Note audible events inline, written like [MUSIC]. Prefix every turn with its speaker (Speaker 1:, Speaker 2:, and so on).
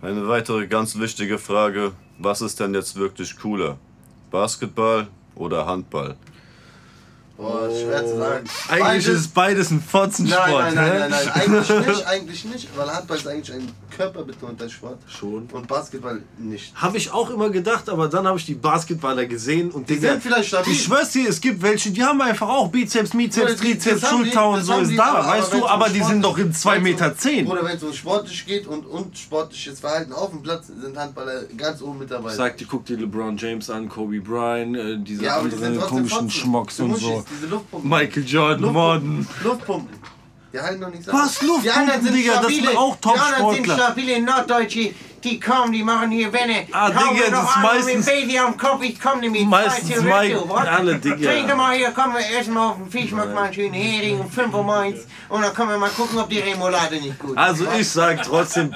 Speaker 1: Eine weitere ganz wichtige Frage, was ist denn jetzt wirklich cooler? Basketball oder Handball?
Speaker 2: Boah, Oh, schwer zu sagen.
Speaker 3: Eigentlich
Speaker 2: Beides-
Speaker 3: ist es beides ein Fotzensport.
Speaker 2: Nein, nein, nein,
Speaker 3: hä?
Speaker 2: nein, nein,
Speaker 3: [LAUGHS]
Speaker 2: eigentlich nicht, eigentlich nicht, weil Handball ist eigentlich ein körperbetonter Sport
Speaker 3: Schon.
Speaker 2: und Basketball nicht.
Speaker 3: Habe ich auch immer gedacht, aber dann habe ich die Basketballer gesehen und die
Speaker 2: sind vielleicht stabil.
Speaker 3: Ich schwör's dir, es gibt welche, die haben einfach auch Bizeps, Mizeps,
Speaker 2: Oder die-
Speaker 3: Trizeps,
Speaker 2: das haben die-
Speaker 3: Schulter und
Speaker 2: das
Speaker 3: so
Speaker 2: haben
Speaker 3: ist
Speaker 2: die,
Speaker 3: da, weißt
Speaker 2: wenn's
Speaker 3: du,
Speaker 2: um
Speaker 3: aber die
Speaker 2: Sport-
Speaker 3: sind doch in 2,10
Speaker 2: wenn's um-
Speaker 3: Meter. Zehn.
Speaker 2: Oder wenn es um sportlich geht und unsportliches Verhalten auf dem Platz, sind Handballer ganz oben mit dabei.
Speaker 3: Ich sag dir, guck dir LeBron James an, Kobe Bryant, äh, diese
Speaker 2: ja, aber die
Speaker 3: anderen
Speaker 2: sind trotzdem
Speaker 3: komischen
Speaker 2: Fotzen.
Speaker 3: Schmocks
Speaker 2: Die
Speaker 3: und
Speaker 2: Muschis,
Speaker 3: so.
Speaker 2: Diese Luftpumpen.
Speaker 3: Michael Jordan, Morden.
Speaker 2: Luftpumpen. Luftpumpen. Die halten doch nichts
Speaker 3: Was, Luftpumpen, Digga? Das sind auch
Speaker 4: Die anderen sind
Speaker 3: Top-Sportler.
Speaker 4: stabile Norddeutsche, die kommen, die machen hier Wände.
Speaker 3: Ah,
Speaker 4: Kaum
Speaker 3: Digga,
Speaker 4: noch
Speaker 3: das ist
Speaker 4: einer mit
Speaker 3: meistens-
Speaker 4: Baby am Kopf, ich komm nämlich
Speaker 3: Meistens Mike- alle, Digga.
Speaker 4: Trink mal hier, komm, wir essen mal auf dem Fischmarkt mal einen schönen Hering um 5 Uhr morgens und dann können wir mal gucken, ob die Remoulade nicht gut ist.
Speaker 3: Also ich sag trotzdem